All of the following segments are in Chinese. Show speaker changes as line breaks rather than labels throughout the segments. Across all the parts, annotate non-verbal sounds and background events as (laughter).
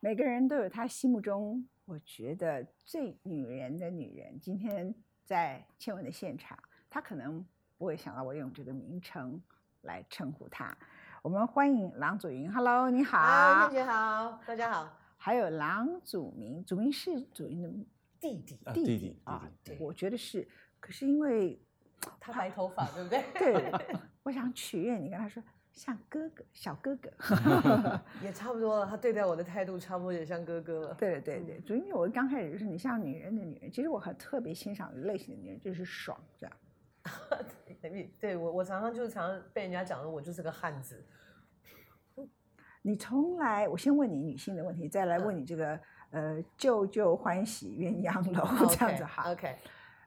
每个人都有他心目中，我觉得最女人的女人。今天在倩文的现场，她可能不会想到我用这个名称来称呼她。我们欢迎郎祖云，Hello，你好。
啊，燕姐好，大家好。
还有郎祖明，祖明是祖云的弟弟，
啊
弟弟
弟弟
啊
弟，弟
我觉得是。可是因为
他白头发，对不对？
(laughs)
对，我想取悦你，跟他说像哥哥，小哥哥。
(laughs) 也差不多了，他对待我的态度差不多也像哥哥了。
对对对，主因为我刚开始就是你像女人的女人，其实我很特别欣赏的类型的女人就是爽这样。
对，对我我常常就是常常被人家讲的，我就是个
(laughs)
汉子。
你从来，我先问你女性的问题，再来问你这个、呃旧旧欢喜鸳鸯楼 (laughs) 这样子哈。
哦 OK，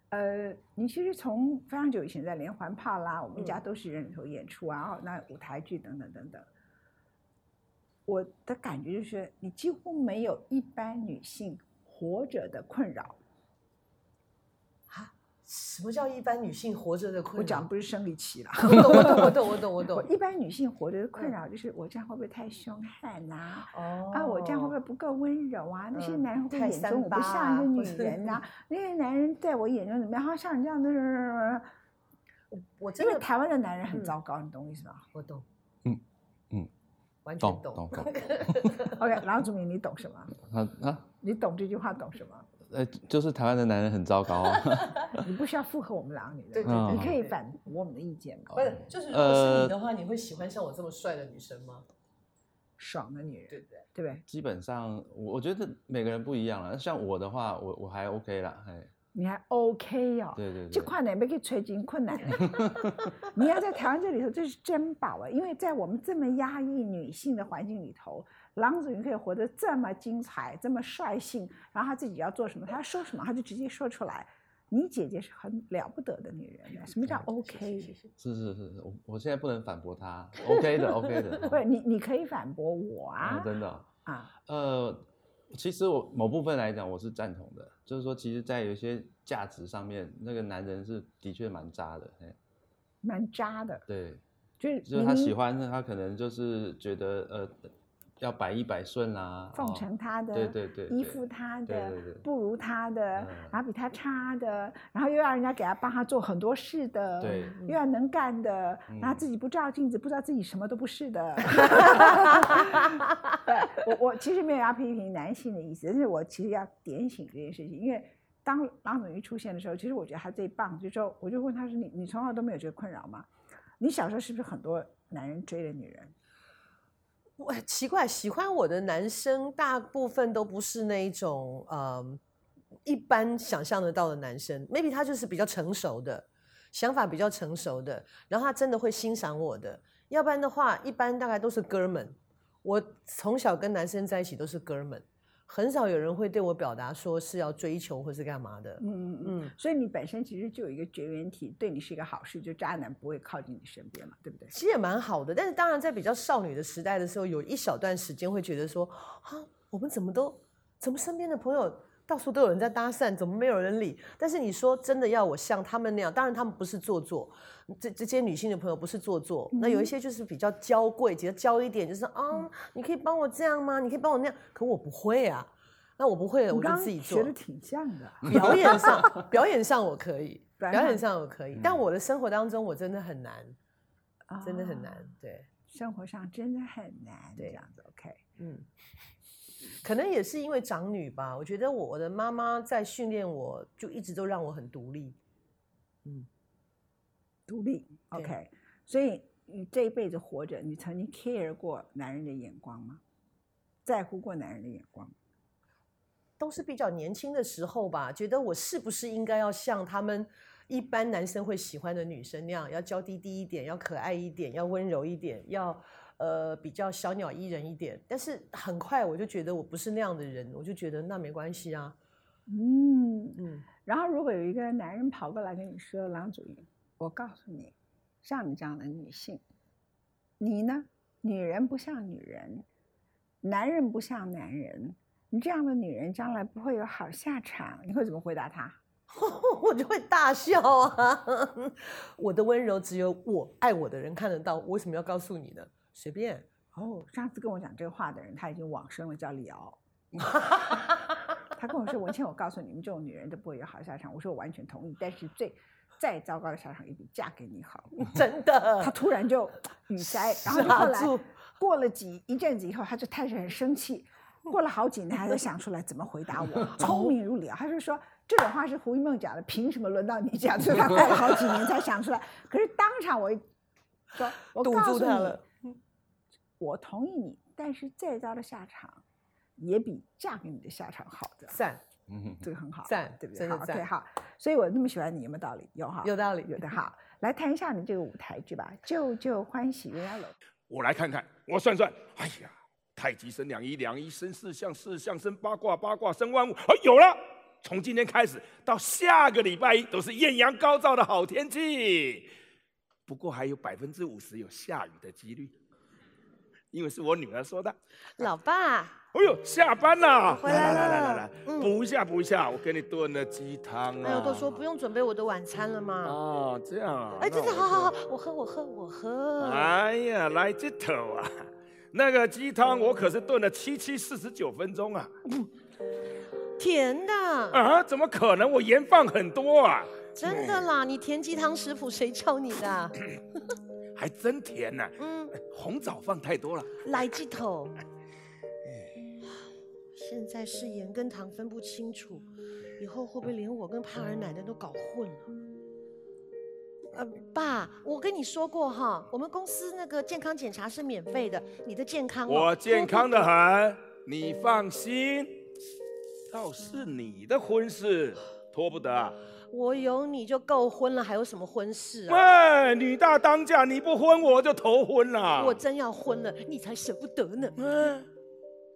呃，你其实从非常久以前在连环炮啦，我们一家都是人里头演出啊，哦那舞台剧等等等等。我的感觉就是，你几乎没有一般女性活着的困扰。
啊，什么叫一般女性活着的困扰？
我讲不是生理期啦，
我懂，我懂，我懂，我懂，
(laughs)
我
我
懂。
一般女性活着的困
嗯
扰就是，我这样会不会太凶悍呐、
哦
啊，我这样会不会不够温柔啊？那些
嗯
男人会不
太
会眼
三
中我不
八
像一
啊
个
或
女
者 (laughs)
人呐、那些男人在我眼中怎么样？他啊像你这样的，
我
因
真
为
的
台湾的男人很
嗯
糟糕，你懂我意思吗
我懂。
嗯嗯，
完全
懂懂懂。
(laughs) ？OK，郎祖明，你懂什么？
啊啊，
你懂这句话懂什么？
呃，就是台湾的男人很糟糕。啊
你不需要附和我们郎女
对
的，
对对，
你可以
对。
反驳我们的意见嘛
不。是，就是如果
呃
是你的话，你会喜欢像我这么帅的女生吗？
爽的女人，
对不对？
对不对？
(laughs) 基本上，我我觉得每个人不一样了。像我的话，我我还 OK 啦，哎，
你还 OK 哦。
对对
这
对，
块呢被给锤进困难 (laughs) 了。你要在台湾这里头，这是珍宝啊！因为在我们这么压抑女性的环境里头，郎祖云可以活得这么精彩，这么率性，然后她自己要做什么，她要说什么，她就直接说出来。你姐姐是很了不得的女人的，什么叫
谢
OK？
谢谢谢
是是是，我我现在不能反驳他，OK
(laughs)
的 OK 的，
不是你，你可以反驳我
啊
啊
真的哦。
啊！
呃，其实我某部分来讲，我是赞同的，就是说，其实，在有一些价值上面，那个男人是的确蛮渣的，哎，
蛮渣的，
对，
就是
就是他
明
喜
明
欢的，他可能就是觉得呃，要百依百顺啦，
奉
哦
承他的，
对对对，
依
对
附他
对
的
对对，
不如他的，
嗯
然后比他差的，然后又让人家给他帮他做很多事的，
对
嗯
又要能干的，然后
嗯
自己不照镜子，不知道自己什么都不是
(laughs)
的。对我我其实没有要批评男性的意思，但是我其实要点醒这件事情，因为。当郎祖筠出现的时候，其实我觉得他最棒，就是说，我就问他说：“你你从小都没有这个困扰吗？你小时候是不是很多男人追的女人？
我奇怪，喜欢我的男生大部分都不是那一种，嗯，一般想象得到的男生。maybe 他就是比较成熟的，想法比较成熟的，然后他真的会欣赏我的。要不然的话，一般大概都是哥们。我从小跟男生在一起都是哥们，很少有人会对我表达说是要追求或是干嘛的。
嗯嗯嗯。
嗯，
所以你本身其实就有一个绝缘体，对你是一个好事，就渣男不会靠近你身边嘛，对不对？
其实也蛮好的，但是当然在比较少女的时代的时候，有一小段时间会觉得说，啊，我们怎么都怎么身边的朋友到处都有人在搭讪，怎么没有人理？但是你说真的要我像他们那样，当然他们不是做作，这这些女性的朋友不是做作，
嗯
那有一些就是比较娇贵，比较娇一点，就是啊、你可以帮我这样吗？你可以帮我那样，可我不会啊，那我不会了，
你
我就
刚
自己
刚
做
学。的挺像
(laughs)
的，
表演上，表演上我
(laughs)
可以，
表演
表
上
演上我可以，但我的生活当中我真的很难，真的很
啊
难，对。
生活上真的很难，
对
这样子，OK。
嗯，可能也是因为长女吧，我觉得我的妈妈在训练我，就一直都让我很独立。
独立
对
，OK。所以你这一辈子活着，你曾经 care 过男人的眼光吗？在乎过男人的眼光吗？
都是比较年轻的时候吧，觉得我是不是应该要像他们一般男生会喜欢的女生那样，要娇滴滴一点，要可爱一点，要温柔一点，要呃比较小鸟依人一点。但是很快我就觉得我不是那样的人，我就觉得那没关系啊，
嗯。
嗯，
然后如果有一个男人跑过来跟你说：“郎主任，我告诉你，像你这样的女性，你呢，女人不像女人，男人不像男人，你这样的女人将来不会有好下场。”你会怎么回答他？
(laughs) 我就会大笑啊！ (laughs) 我的温柔只有我爱我的人看得到，我为什么要告诉你呢？随便，
哦，上次跟我讲这个话的人，他已经往生了，叫李敖。 (laughs) 他跟我说：“文倩，我告诉你们，这种女人都不会有好下场。”我说：“我完全同意，但是最再糟糕的下场也比嫁给你好。”
真的
(laughs) 他。突然就语塞，然后就后
嗯傻住
来过了几一阵子以后，他就开始很生气。过了好几年，他才想出来怎么回答
(laughs)
我，聪明如理啊！他就说这种话是胡一梦讲的，凭什么轮到你讲？所以他过了好几年才想出来。可是当场我一说，我
堵
告
住
诉
他
你
了，
我同意你，但是再糟的下场也比嫁给你的下场好的，
赞，
嗯，
这个很好，
赞
对不对？
真的
好，OK，
赞
好。所以我那么喜欢你，有没有道理？有哈，
有道理，
啊有的哈。来谈一下你这个舞台剧吧，《旧旧欢喜鸳鸯楼》。
我来看看，我算算，哎呀，太极生两仪，两仪生四象，四象生八卦，八卦生万物。哎，有了！从今天开始到下个礼拜一都是艳阳高照的好天气，不过还有百分之五十有下雨的几率，因为是我女儿说的。
老爸，
哎呦，下班啦！
回来了
来来来来，
嗯
补一下补一下，我给你炖了鸡汤啊。
哎呦，都说不用准备我的晚餐了嘛。
哦，这样啊。
哎，真的，
那我
好好
就
好，我喝，我喝，我喝。
哎呀，来这头
(laughs)
啊！那个鸡汤我可是炖了七七四十九分钟啊！
甜的，
啊，怎么可能？我盐放很多啊，
真的啦，你甜鸡汤食谱谁教你的啊？
还真甜呢、
嗯，
红枣放太多了，
来鸡头。
哎
现在是盐跟糖分不清楚，以后会不会连我跟胖儿奶奶都搞混了？呃，爸，我跟你说过哈，我们公司那个健康检查是免费的，你的健康哦、
我健康的很，你放心。倒是你的婚事拖不得啊！
我有你就够婚了，还有什么婚事啊？
喂，哎女大当嫁，你不婚我就头婚了。
我真要婚了，你才舍不得呢。
嗯，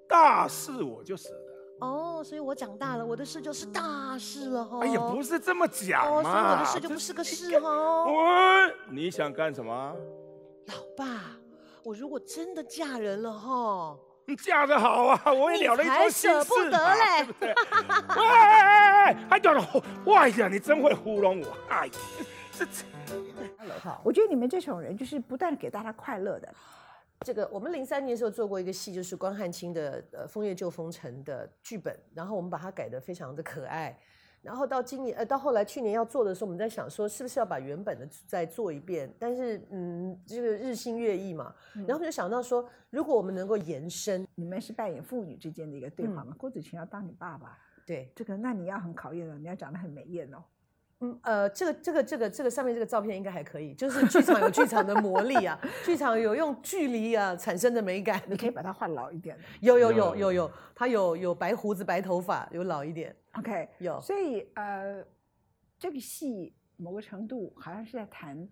大事我就死了。
哦，所以我长大了，我的事就是大事了哦。
哎呀，不
是
是这么
哦，
讲
所
嘛。
以我的事就不是个事哦。
喂，你想干什么？
老爸，我如果真的嫁人了哈，
你嫁得好啊，我也了了一
才
桩心
舍
事
不得
嘛
嘞。
喂，哎哎哎，对了，哎呀，你真会糊弄我，哎，这这。
我觉得你们这种人就是不断给大家快乐的，
这个我们零三年的时候做过一个戏，就是关汉卿的呃《枫叶旧风尘》的剧本，然后我们把它改得非常的可爱。然后到今年呃到后来去年要做的时候，我们在想说是不是要把原本的再做一遍，但是嗯这个日新月异嘛，
嗯
然后我们就想到说，如果我们能够延伸，
你们是扮演父女之间的一个对话嘛？郭子乾要当你爸爸，
对，
这个那你要很考验哦，你要长得很美艳哦。
嗯呃这个这个这个这个上面这个照片应该还可以，就是剧场有剧场的魔力啊， (laughs) 剧场有用距离啊产生的美感，
你可以把它画老一点的
有有
有
有有有，他有有白胡子白头发，有老一点。
，OK。
有
所以呃，这个戏某个程度好像是在谈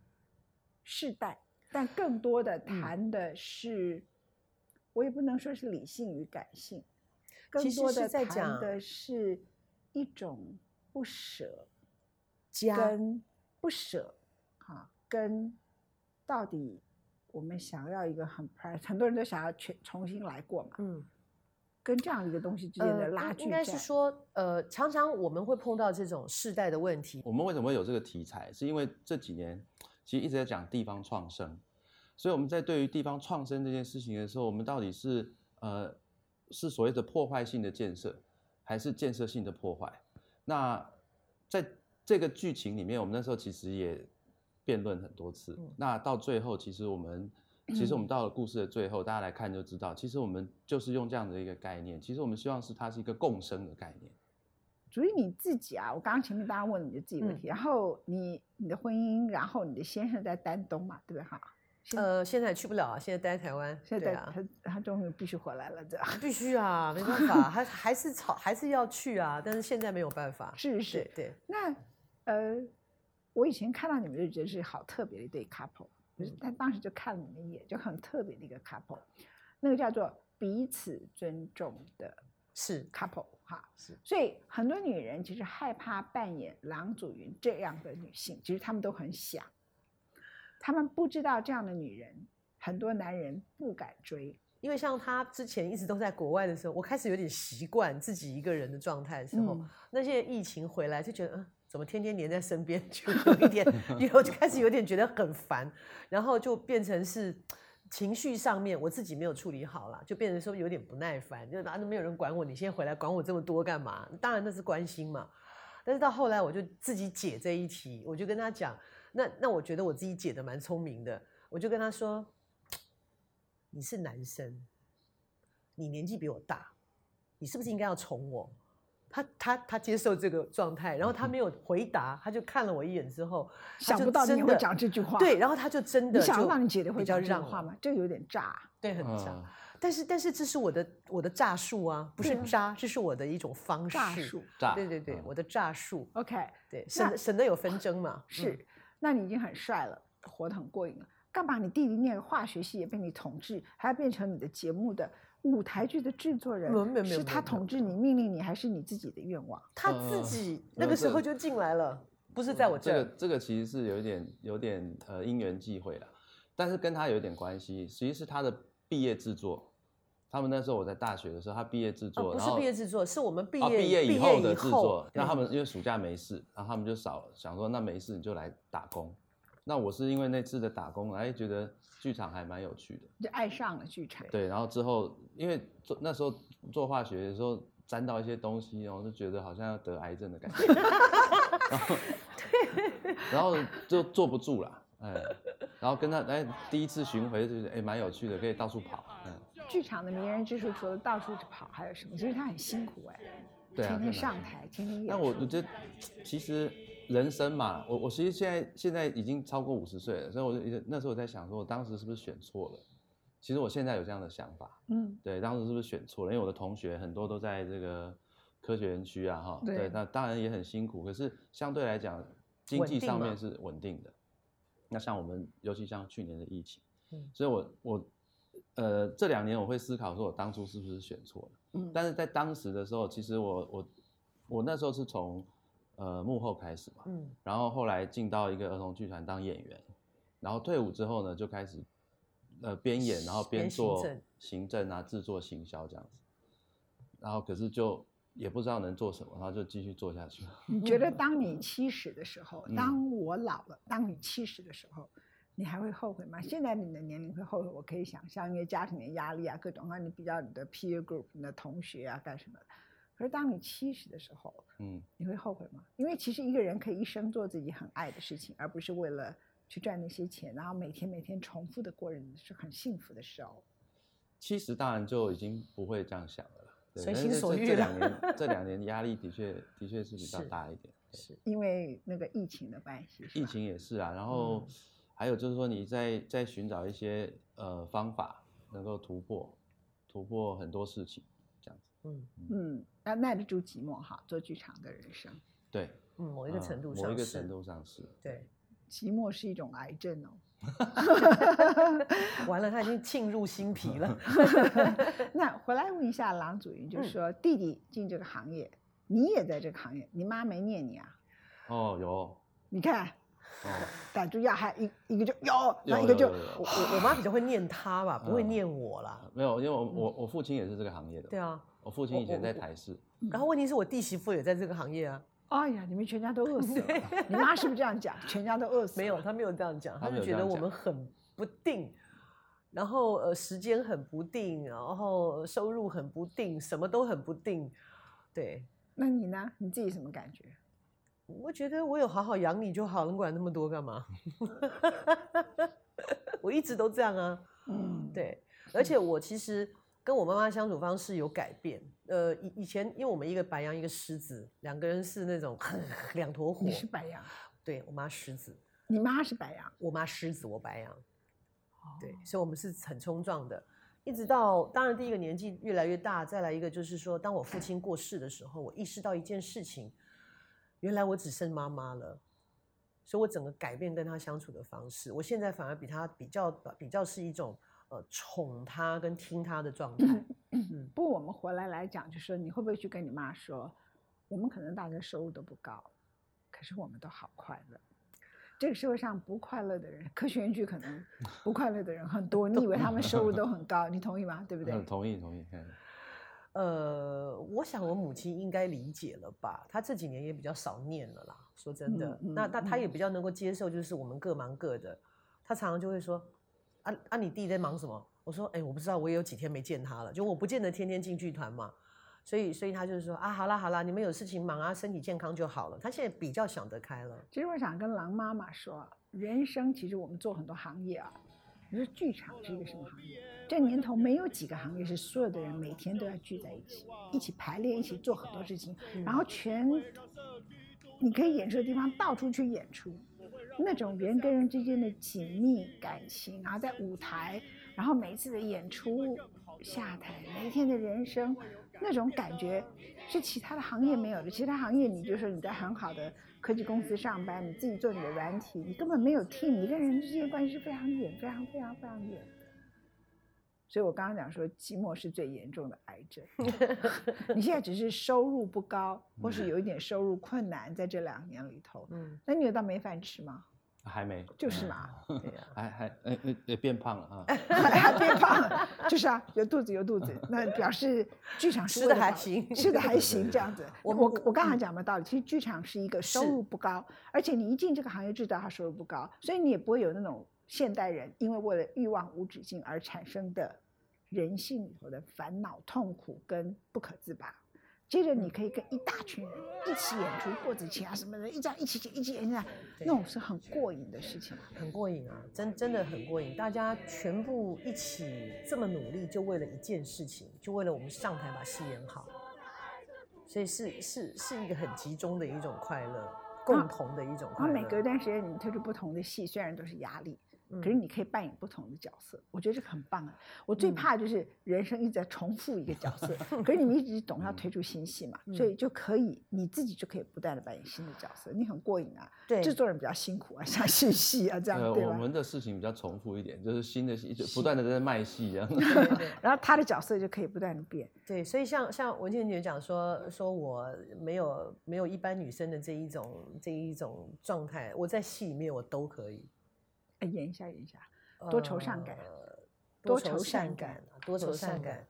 世代，但更多的
嗯
谈的是，我也不能说是理性与感性，更
其实
多
是
的
在
谈
讲
的是一种不舍。
家，
跟不舍，啊，跟到底我们想要一个很 (laughs) p r i 很多人都想要全重新来过嘛，
嗯，
跟这样一个东西之间
呃，
的拉
应
锯
应该是
战
说，呃，常常我们会碰到这种世代的问题，
我们为什么会有这个题材？是因为这几年其实一直在讲地方创生，所以我们在对于地方创生这件事情的时候，我们到底是呃是所谓的破坏性的建设，还是建设性的破坏？那在这个剧情里面，我们那时候其实也辩论很多次。
嗯
那到最后，其实我们其实我们到了故事的最后，大家来看就知道，其实我们就是用这样的一个概念，其实我们希望是它是一个共生的概念。
主要你自己啊，我刚刚前面当然问了你的自己问
嗯
题，然后你你的婚姻，然后你的先生在丹东嘛，对不对哈？现
呃，现在也去不了啊，现在待在台湾，
现
对
在
啊，
他他终于必须回来了，这
必须啊，没办法，还还是吵，还是要去啊，但是现在没有办
(laughs)
法，
是
对
是。
对，
那呃，我以前看到你们就觉得是好特别的一对 couple，就是
嗯
但当时就看了你们一眼，就很特别的一个 couple，那个叫做彼此尊重的
是
couple 哈。
是
所以很多女人其实害怕扮演郎祖云这样的女性，其实她们都很想，她们不知道这样的女人，很多男人不敢追。
因为像他之前一直都在国外的时候，我开始有点习惯自己一个人的状态的时候，
嗯
那些疫情回来就觉得，嗯，怎么天天黏在
(laughs)
身边，就有一点，以后就开始有点觉得很烦，然后就变成是情绪上面我自己没有处理好啦，就变成说有点不耐烦，就是啊，那没有人管我，你现在回来管我这么多干嘛？当然那是关心嘛，但是到后来我就自己解这一题，我就跟他讲，那那我觉得我自己解的蛮聪明的，我就跟他说，你是男生，你年纪比我大，你是不是应该要宠我？他他他接受这个状态，然后他没有回答，他就看了我一眼之后，他
想
就
不到你
真
也会
的
讲这句话。
对，，然后他就真的
你想
就
让你姐姐会
比较
讲这句
让
话
我
吗？这有点炸。
对，很渣。
嗯
但是但是这是我的我的诈术啊，不是
对啊
渣，这是我的一种方式。
诈术
炸
对对对，
嗯
我的诈术，
OK，
对，省
那
得省得有纷争嘛。嗯
是，那你已经很帅了，活得很过瘾了。干嘛你弟弟念个化学系也被你统治，还要变成你的节目的舞台剧的制作人？
没有没有没有
是
没
他
有
统治你、命令你，还是你自己的愿望？
他
呃
自己那
呃
个时
这
候就进来了，不是在我这
嗯这个
儿。
这个其实是有一点有点呃因缘际会啦，但是跟他有一点关系，其实是他的毕业制作。他们那时候我在大学的时候，他毕业制
哦，
作，
不
然
是
后
毕业制作，是我们毕
哦
业
毕业
毕
以
业
后的
以
制
后嗯
作。那
对
他们因为暑假没事，然后他们就少想说那没事你就来打工。那我是因为那次的打工，哎，觉得剧场还蛮有趣的。
你就爱上了剧场。
对，然后之后因为做那时候做化学的时候沾到一些东西，然后就觉得好像要得癌症的
(laughs)
感觉， (laughs) 然后然后就坐不住了，哎，然后跟他哎第一次巡回就觉得哎蛮有趣的，可以到处跑，嗯，
剧场的迷人之处，除了到处跑，还有什么？其实他很辛苦哎，
对啊
天
真的
天上台，天天演
但
出。
我我觉得，其实人生嘛，我我其实现在现在已经超过五十岁了，所以我就那时候我在想说，我当时是不是选错了？其实我现在有这样的想法，
嗯，
对，当时是不是选错了？因为我的同学很多都在这个科学园区啊，哈，
对
那当然也很辛苦，可是相对来讲，经
稳
济
定
上
嘛
面是稳定的。那像我们，尤其像去年的疫情，
嗯
所以我我呃这两年我会思考说，我当初是不是选错了？
嗯
但是在当时的时候，其实我我我那时候是从呃幕后开始嘛，
嗯，
然后后来进到一个儿童剧团当演员，然后退伍之后呢，就开始呃边演然后边
边行
做
政
行政啊、制作、行销这样子，然后可是就也不知道能做什么，然后就继续做下去了。 (laughs)
你觉得当你七十的时候，
嗯
当我老了，当你七十的时候，你还会后悔吗？现在你的年龄会后悔，我可以想象，因为家庭的压力啊，各种啊，你比较你的 peer group、你的同学啊，干什么的？可是当你七十的时候，
嗯，
你会后悔吗？因为其实一个人可以一生做自己很爱的事情，而不是为了去赚那些钱，然后每天每天重复的过日子，是很幸福的时候。
其实当然就已经不会这样想了啦。对
随
但
心
是
所
这
欲
这
了 (laughs)
两年这两年压力的确的确是比较
是
大一点。
嗯
对
是
因为那个疫情的关系，是
疫
吧
情也是啊，然后
嗯
还有就是说你在在寻找一些呃方法，能够突破突破很多事情，这样子。
嗯
嗯，要耐得住寂寞哈，做剧场的人生，
对，
嗯，某
某
一个程度上是，
某一个程度上是。
对。
寂寞是一种癌症哦。
完了，他已经沁入心脾
(laughs)
了。
那回来问一下郎祖云，就是
嗯
说弟弟进这个行业，你也在这个行业，你妈没念你啊？
哦，有哦，
你看逮住要害，一一个就有，
有
然后一
有
个就
有有
我我我妈比较会念他吧，不会
嗯
念我啦。
没有，因为我我我父亲也是这个行业的。
嗯对啊，
我父亲
我
以前
我
在
我
台视，
然后问题是我弟媳妇也在这个行业啊。
哎呀，你们全家都饿死了。你妈是不是这样讲？全家都饿死了。
没有，他没有这样讲，
他
他
没
就
有
觉
这
得
样
我
讲
们很不定，然后呃时间很不定，然后收入很不定，什么都很不定。对，
那你呢？你自己什么感觉？
我觉得我有好好养你就好，你管那么多干嘛？ (laughs) 我一直都这样啊。
嗯，
对，而且我其实跟我妈妈相处方式有改变。呃，以以前因为我们一个白羊一个狮子，两个人是那种 (laughs) 两坨火
你。是白羊，
对我妈狮子，
你妈是白羊。
我妈狮子，我白羊。对，所以我们是很冲撞的。一直到当然第一个年纪越来越大，再来一个就是说，当我父亲过世的时候，我意识到一件事情，原来我只剩妈妈了，所以我整个改变跟她相处的方式。我现在反而比她比较比较是一种呃宠她跟听她的状态。嗯，
不过我们回来来讲，就是说你会不会去跟你妈说，我们可能大家收入都不高，可是我们都好快乐。这个社会上不快乐的人，科学研究可能不快乐的人很多。你以为他们收入都很高，你同意吗？对不对？
(laughs) 嗯，同意同意。嗯
呃，我想我母亲应该理解了吧？她这几年也比较少念了啦。说真的，
嗯
那
嗯
那她也
嗯
比较能够接受，就是我们各忙各的。她常常就会说：“啊啊，你弟在忙什么？我说，哎、我不知道，我也有几天没见他了，就我不见得天天进剧团嘛，所以所以他就是说啊，好啦好啦，你们有事情忙啊，身体健康就好了。他现在比较想得开了，
其实我想跟狼妈妈说，人生其实我们做很多行业啊，你说剧场是一个什么行业？这年头没有几个行业是所有的人每天都要聚在一起，一起排练，一起做很多事情，然后全你可以演出的地方到处去演出，那种人跟人之间的紧密感情，然后在舞台，然后每一次的演出下台，每一天的人生，那种感觉是其他的行业没有的。其他行业你就说你在很好的科技公司上班，你自己做你的软体，你根本没有 team，你跟人之间的关系是非常远、非常、非常、非常远的。所以我刚刚讲说，寂寞是最严重的癌症。 (laughs) 你现在只是收入不高，或是有一点收入困难，在这两年里头，
嗯，
那你有到没饭吃吗？
还没，
就是
嗯，
嘛，
对呀、
还还呃呃呃变胖了
哎
啊，
还 (laughs) 还变胖了，就是啊，有肚子有
(laughs)
肚子，那表示剧场是
吃
为
得
了
还
保
行
嗯
(laughs)
吃的还行这样子。我
我们嗯
我我刚才讲没道理，其实剧场是一个收
是
入不高，而且你一进这个行业就知道它收入不高，所以你也不会有那种现代人因为为了欲望无止境而产生的人性里头的烦恼、痛苦跟不可自拔。接着
嗯
你可以跟一大群人一起演出过子棋啊什么的，一这样一起一起演一起演，啊
对
那种是很过瘾的事情。
很过瘾啊，真真的很过瘾。大家全部一起这么努力，就为了一件事情，就为了我们上台把戏演好，所以是是是一个很集中的一种快乐，共同的一种
然
快
后
乐。
啊每隔一段时间，你推出不同的戏，虽然都是压力，
嗯
可是你可以扮演不同的角色，我觉得这个很棒啊。我最
嗯
怕就是人生一直在重复一个角
(laughs)
色，可是你们一直懂要
嗯
推出新戏嘛，所以就可以你自己就可以不断的扮演新的角色，你很过瘾啊。
对
制作人比较辛苦啊，像续戏啊这样，
呃，
对
我
吧？
们的事情比较重复一点，就是新的戏就不断的在卖戏这样。
对对对
然后他的角色就可以不断的变，
对，所以像像文倩姐讲说说我没有没有一般女生的这一种这一种状态，我在戏里面我都可以
哎演一下演一下，多愁善感
呃
多
多愁
愁
善
善
感
感，
多愁
愁
善
善
感
感。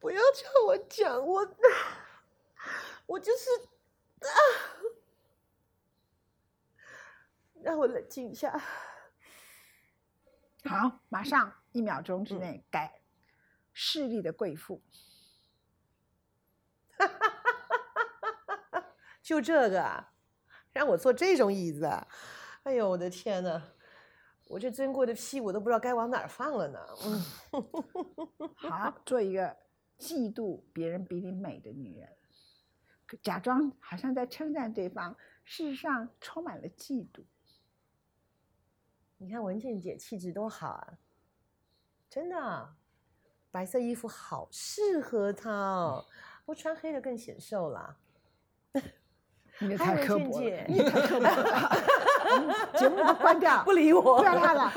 不要叫我讲，我我就是啊，让我冷静一下。
好，马上一秒钟
嗯
之内改势力的贵妇，
就这个啊，让我坐这种椅子啊！哎呦，我的天呐，我这尊贵的屁我都不知道该往哪儿放了呢。嗯， (laughs)
好，做一个嫉妒别人比你美的女人，可假装好像在称赞对方，事实上充满了嫉妒。
你看文倩姐气质多好啊，真的啊，白色衣服好适合她哦。我穿黑的更显瘦啦。
你也太
嗨文
刻
倩
薄
姐
了，你也太刻薄了。我们节目都关掉，
(laughs) (laughs) 不理我，
不要他了，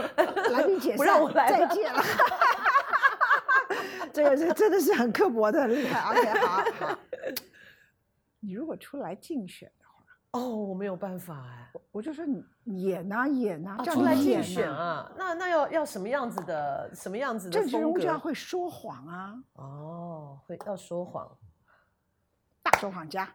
来宾解散，
不让我来
再
了
见 (laughs) 了。这个是真的是很刻薄的厉害，OK，好好。你如果出来竞选的话，
(laughs) 哦，我没有办法哎。
我我就说你演呐、演呐、
啊，
叫
出
你
来竞
演
选
呐
啊，那那要要什么样子的什么样子的
政治人
风
物就要
格？
会说谎啊，
哦，会要说谎，
大说谎家。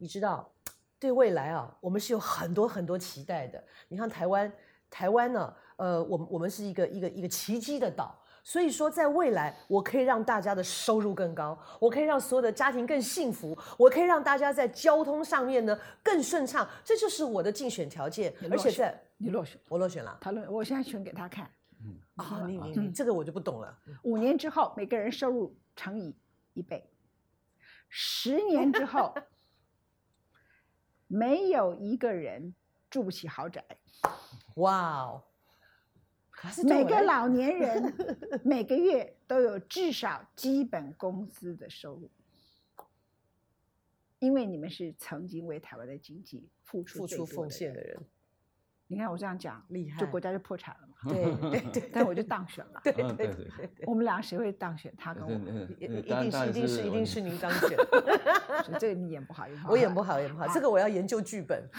你知道，对未来啊，我们是有很多很多期待的。你看台湾，台湾呢、呃，我们我们是一个一个一个奇迹的岛，所以说在未来，我可以让大家的收入更高，我可以让所有的家庭更幸福，我可以让大家在交通上面呢更顺畅，这就是我的竞选条件。而
落
且
选
在
你落选，
我落选了
讨论我现在选给他看，
啊，你你你
嗯
这个我就不懂了。
五年之后每个人收入乘以一倍， (laughs) 十年之后没有一个人住不起豪宅，
哇哦！可是对
每
我
个
来
老年 (laughs) 人每个月都有至少基本工资的收入。因为你们是曾经为台湾的经济付出
付
最
出
多
奉
的
献
人
的人，
你看我这样讲
厉
就
害
国家就破产
(laughs)
了嘛。
对对对
但我就当选
(laughs)
了。
(laughs) 对
嗯
对
对
对对
我们俩谁会当选？他跟我。
嗯
一
嗯
一定是一定是一定是。
当然当然我
(laughs) 您当选，
所以这个你演不好，演不好。
我演不好我演不好，这个我要研究剧本。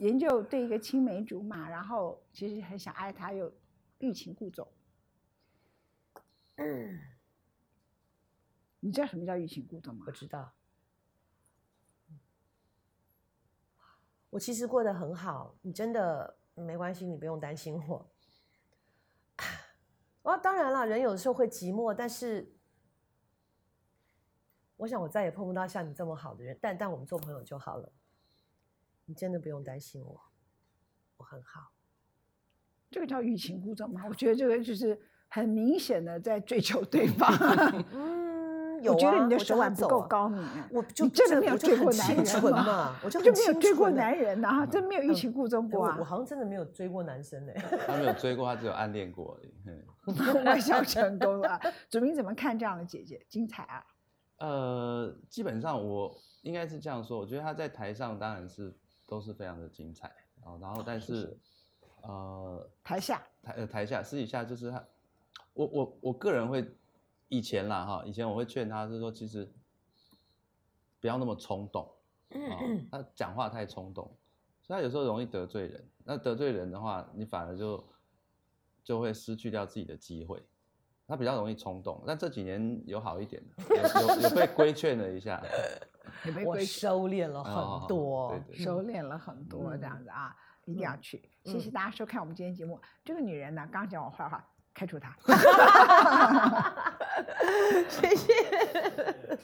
研究对一个青梅竹马，然后
嗯
其实很想爱他，又欲擒故纵。你知道什么叫欲擒故纵吗
我？知道。我其实过得很好，你真的没关系，你不用担心我。啊，当然了，人有的时候会寂寞，但是我想我再也碰不到像你这么好的人，但但我们做朋友就好了。你真的不用担心我，我很好。
这个叫欲擒故纵吗？我觉得这个就是很明显的在追求对方。
嗯，有
我
啊，
觉得你的
我就
手腕
很
不
走
够
啊，
高明啊，
我就
你真的
这
没有
我就
追
很
过男
清
人
纯
吗
嘛，我就
就
很
没有
清
追过
纯的
男人啊，真没有欲
嗯
擒故纵
哎我
过啊
我。好像真的没有追过男生
(laughs)
哎、
他没有追过，他只有暗恋过而已。嗯
外销成功了。祖明怎么看这样的姐姐？精彩啊！
呃，基本上我应该是这样说，我觉得他在台上当然是都是非常的精彩，然后然后但是呃
台下
台呃台下私底下就是他，我我我个人会以前啦哈，以前我会劝他是说其实不要那么冲动啊、
嗯
他讲话太冲动，所以他有时候容易得罪人。那得罪人的话，你反而就就会失去掉自己的机会。他比较容易冲动，但这几年有好一点的，有有有被规劝了一下。
也被
我
规劝
收敛了
哦
很多。嗯
对对
收敛了很多，这样子啊，一定要去。谢谢大家收看我们今天节目。这个女人呢，刚讲我坏话，开除她。
谢谢。